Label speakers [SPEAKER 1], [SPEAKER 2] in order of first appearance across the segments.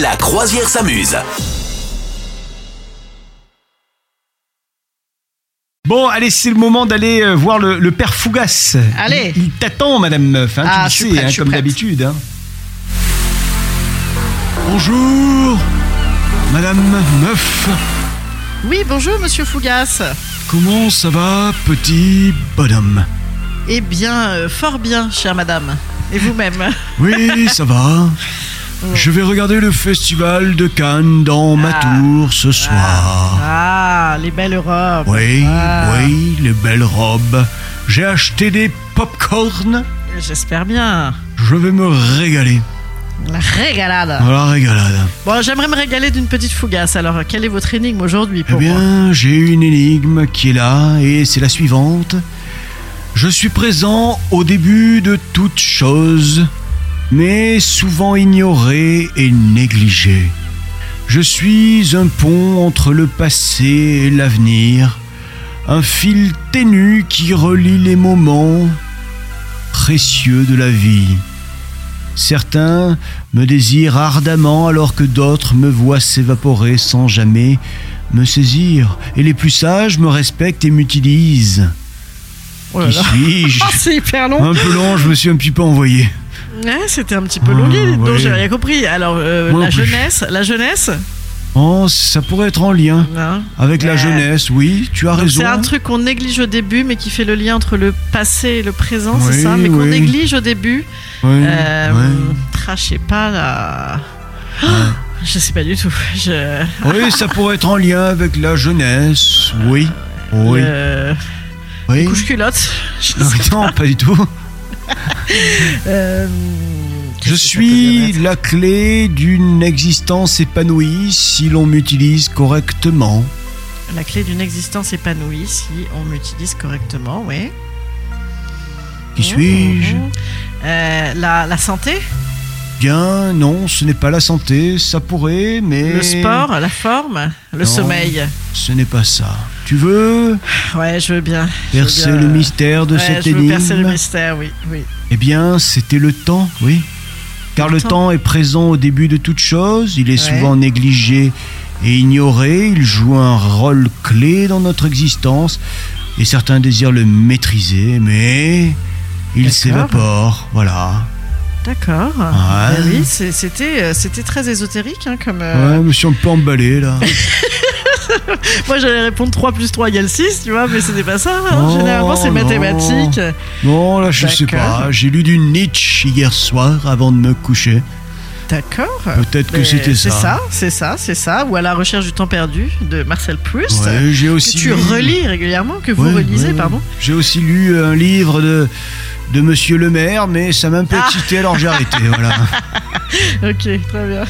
[SPEAKER 1] La croisière s'amuse.
[SPEAKER 2] Bon, allez, c'est le moment d'aller euh, voir le, le père Fougas.
[SPEAKER 3] Allez.
[SPEAKER 2] Il, il t'attend, Madame Meuf, hein,
[SPEAKER 3] Ah, je
[SPEAKER 2] tu
[SPEAKER 3] suis
[SPEAKER 2] le sais,
[SPEAKER 3] prête,
[SPEAKER 2] hein,
[SPEAKER 3] je suis
[SPEAKER 2] comme
[SPEAKER 3] prête.
[SPEAKER 2] d'habitude. hein. Bonjour, Madame Meuf.
[SPEAKER 3] Oui, bonjour, monsieur Fougas.
[SPEAKER 2] Comment ça va, petit bonhomme
[SPEAKER 3] Eh bien, euh, fort bien, chère madame. Et vous-même
[SPEAKER 2] Oui, ça va.
[SPEAKER 3] Oh.
[SPEAKER 2] Je vais regarder le festival de Cannes dans ma
[SPEAKER 3] Ah.
[SPEAKER 2] tour ce soir.
[SPEAKER 3] Ah, les belles robes.
[SPEAKER 2] Oui,
[SPEAKER 3] Ah,
[SPEAKER 2] oui, les belles robes. J'ai acheté des pop-corn.
[SPEAKER 3] J'espère bien.
[SPEAKER 2] Je vais me régaler.
[SPEAKER 3] La régalade.
[SPEAKER 2] Voilà, régalade.
[SPEAKER 3] Bon, j'aimerais me régaler d'une petite Fougas. Alors, quelle est votre énigme aujourd'hui
[SPEAKER 2] Eh
[SPEAKER 3] pour moi
[SPEAKER 2] bien, j'ai une énigme qui est là et c'est la suivante. Je suis présent au début de toute chose, mais souvent ignoré et négligé. Je suis un pont entre le passé et l'avenir, un fil ténu qui relie les moments précieux de la vie. Certains me désirent ardemment alors que d'autres me voient s'évaporer sans jamais me saisir. Et les plus sages me respectent et m'utilisent.
[SPEAKER 3] Oh là
[SPEAKER 2] Qui
[SPEAKER 3] là.
[SPEAKER 2] suis-je
[SPEAKER 3] Ah, c'est hyper long.
[SPEAKER 2] Un peu long, je me suis un petit peu envoyé.
[SPEAKER 3] Ouais, C'était un petit peu
[SPEAKER 2] Ah,
[SPEAKER 3] longué, dites donc
[SPEAKER 2] oui.
[SPEAKER 3] j'ai rien compris. Alors, euh,
[SPEAKER 2] Moi non
[SPEAKER 3] la
[SPEAKER 2] plus.
[SPEAKER 3] jeunesse, la jeunesse
[SPEAKER 2] Oh, ça pourrait être en lien
[SPEAKER 3] Non.
[SPEAKER 2] avec la
[SPEAKER 3] Ouais.
[SPEAKER 2] jeunesse, oui, tu as
[SPEAKER 3] Donc,
[SPEAKER 2] raison.
[SPEAKER 3] C'est un truc qu'on néglige au début, mais qui fait le lien entre le passé et le présent,
[SPEAKER 2] Oui,
[SPEAKER 3] c'est ça Mais qu'on
[SPEAKER 2] oui.
[SPEAKER 3] néglige au début.
[SPEAKER 2] Ouais,
[SPEAKER 3] Euh,
[SPEAKER 2] ouais.
[SPEAKER 3] tra- je sais pas là. Ah, Je sais pas du tout. Je...
[SPEAKER 2] Oui, ça pourrait être en lien avec la jeunesse, oui. Oui,
[SPEAKER 3] Euh, le-
[SPEAKER 2] oui.
[SPEAKER 3] Couche culotte. Je,
[SPEAKER 2] Non, non, pas du tout.
[SPEAKER 3] euh,
[SPEAKER 2] Je
[SPEAKER 3] qu'est-ce que ça peut bien
[SPEAKER 2] suis
[SPEAKER 3] être
[SPEAKER 2] la clé d'une existence épanouie si l'on m'utilise correctement.
[SPEAKER 3] La clé d'une existence épanouie si on m'utilise correctement, ouais. Mmh.
[SPEAKER 2] Qui suis-je
[SPEAKER 3] Euh, la, la santé,
[SPEAKER 2] Bien, non, ce n'est pas la santé, ça pourrait, mais...
[SPEAKER 3] le sport, la forme,
[SPEAKER 2] Non.
[SPEAKER 3] le sommeil.
[SPEAKER 2] Ce n'est pas ça. Tu veux
[SPEAKER 3] Ouais, je veux bien. Je veux
[SPEAKER 2] percer
[SPEAKER 3] bien,
[SPEAKER 2] le
[SPEAKER 3] euh,
[SPEAKER 2] mystère de
[SPEAKER 3] ouais,
[SPEAKER 2] cette
[SPEAKER 3] je veux
[SPEAKER 2] énigme
[SPEAKER 3] percer le mystère, oui, oui.
[SPEAKER 2] Eh bien, c'était le temps, oui. Car
[SPEAKER 3] Le
[SPEAKER 2] le
[SPEAKER 3] temps.
[SPEAKER 2] temps est présent au début de toute chose, il est
[SPEAKER 3] Ouais.
[SPEAKER 2] souvent négligé et ignoré, il joue un rôle clé dans notre existence, et certains désirent le maîtriser, mais il
[SPEAKER 3] D'accord.
[SPEAKER 2] s'évapore, voilà.
[SPEAKER 3] D'accord.
[SPEAKER 2] Ouais.
[SPEAKER 3] Eh oui, c'est- c'était, euh, c'était très ésotérique hein, comme. euh,
[SPEAKER 2] Ouais, je me suis un peu emballé là.
[SPEAKER 3] Moi j'allais répondre 3 plus 3 égale 6, tu vois, mais c'était pas ça. hein.
[SPEAKER 2] Oh,
[SPEAKER 3] Généralement c'est
[SPEAKER 2] non.
[SPEAKER 3] mathématique.
[SPEAKER 2] non, là je sais
[SPEAKER 3] D'accord.
[SPEAKER 2] pas, j'ai lu du Nietzsche hier soir avant de me coucher,
[SPEAKER 3] D'accord.
[SPEAKER 2] peut-être que
[SPEAKER 3] Mais
[SPEAKER 2] c'était
[SPEAKER 3] Ah, ben, C'est
[SPEAKER 2] ça.
[SPEAKER 3] ça, c'est ça, c'est ça. Ou à la recherche du temps perdu de Marcel Proust.
[SPEAKER 2] Ouais, j'ai
[SPEAKER 3] Que
[SPEAKER 2] aussi
[SPEAKER 3] tu
[SPEAKER 2] lu-
[SPEAKER 3] relis régulièrement, que vous
[SPEAKER 2] Ouais,
[SPEAKER 3] relisez,
[SPEAKER 2] ouais, ouais.
[SPEAKER 3] pardon.
[SPEAKER 2] J'ai aussi lu euh, un livre de, de Monsieur le Maire, mais ça m'a un peu
[SPEAKER 3] Ah.
[SPEAKER 2] excité, alors j'ai arrêté. Voilà.
[SPEAKER 3] Ok, très bien.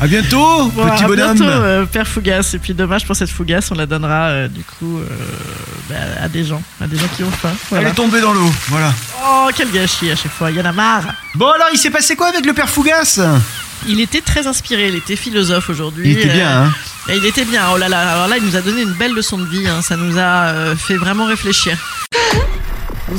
[SPEAKER 2] À bientôt,
[SPEAKER 3] Bon,
[SPEAKER 2] petit
[SPEAKER 3] à
[SPEAKER 2] bonhomme.
[SPEAKER 3] bientôt, euh, Père Fougas. Et puis dommage pour cette Fougas, on la donnera euh, du coup euh, bah, à des gens, à des gens qui ont faim.
[SPEAKER 2] Elle
[SPEAKER 3] Voilà.
[SPEAKER 2] est tombée dans l'eau, voilà.
[SPEAKER 3] Oh, quel gâchis à chaque fois, il y en a marre.
[SPEAKER 2] Bon alors, il s'est passé quoi avec le père Fougas
[SPEAKER 3] Il était très inspiré, il était philosophe aujourd'hui.
[SPEAKER 2] Il était
[SPEAKER 3] Euh,
[SPEAKER 2] bien, hein
[SPEAKER 3] et il était bien, oh là là. Alors là, il nous a donné une belle leçon de vie, hein. ça nous a euh, fait vraiment réfléchir.
[SPEAKER 4] Vous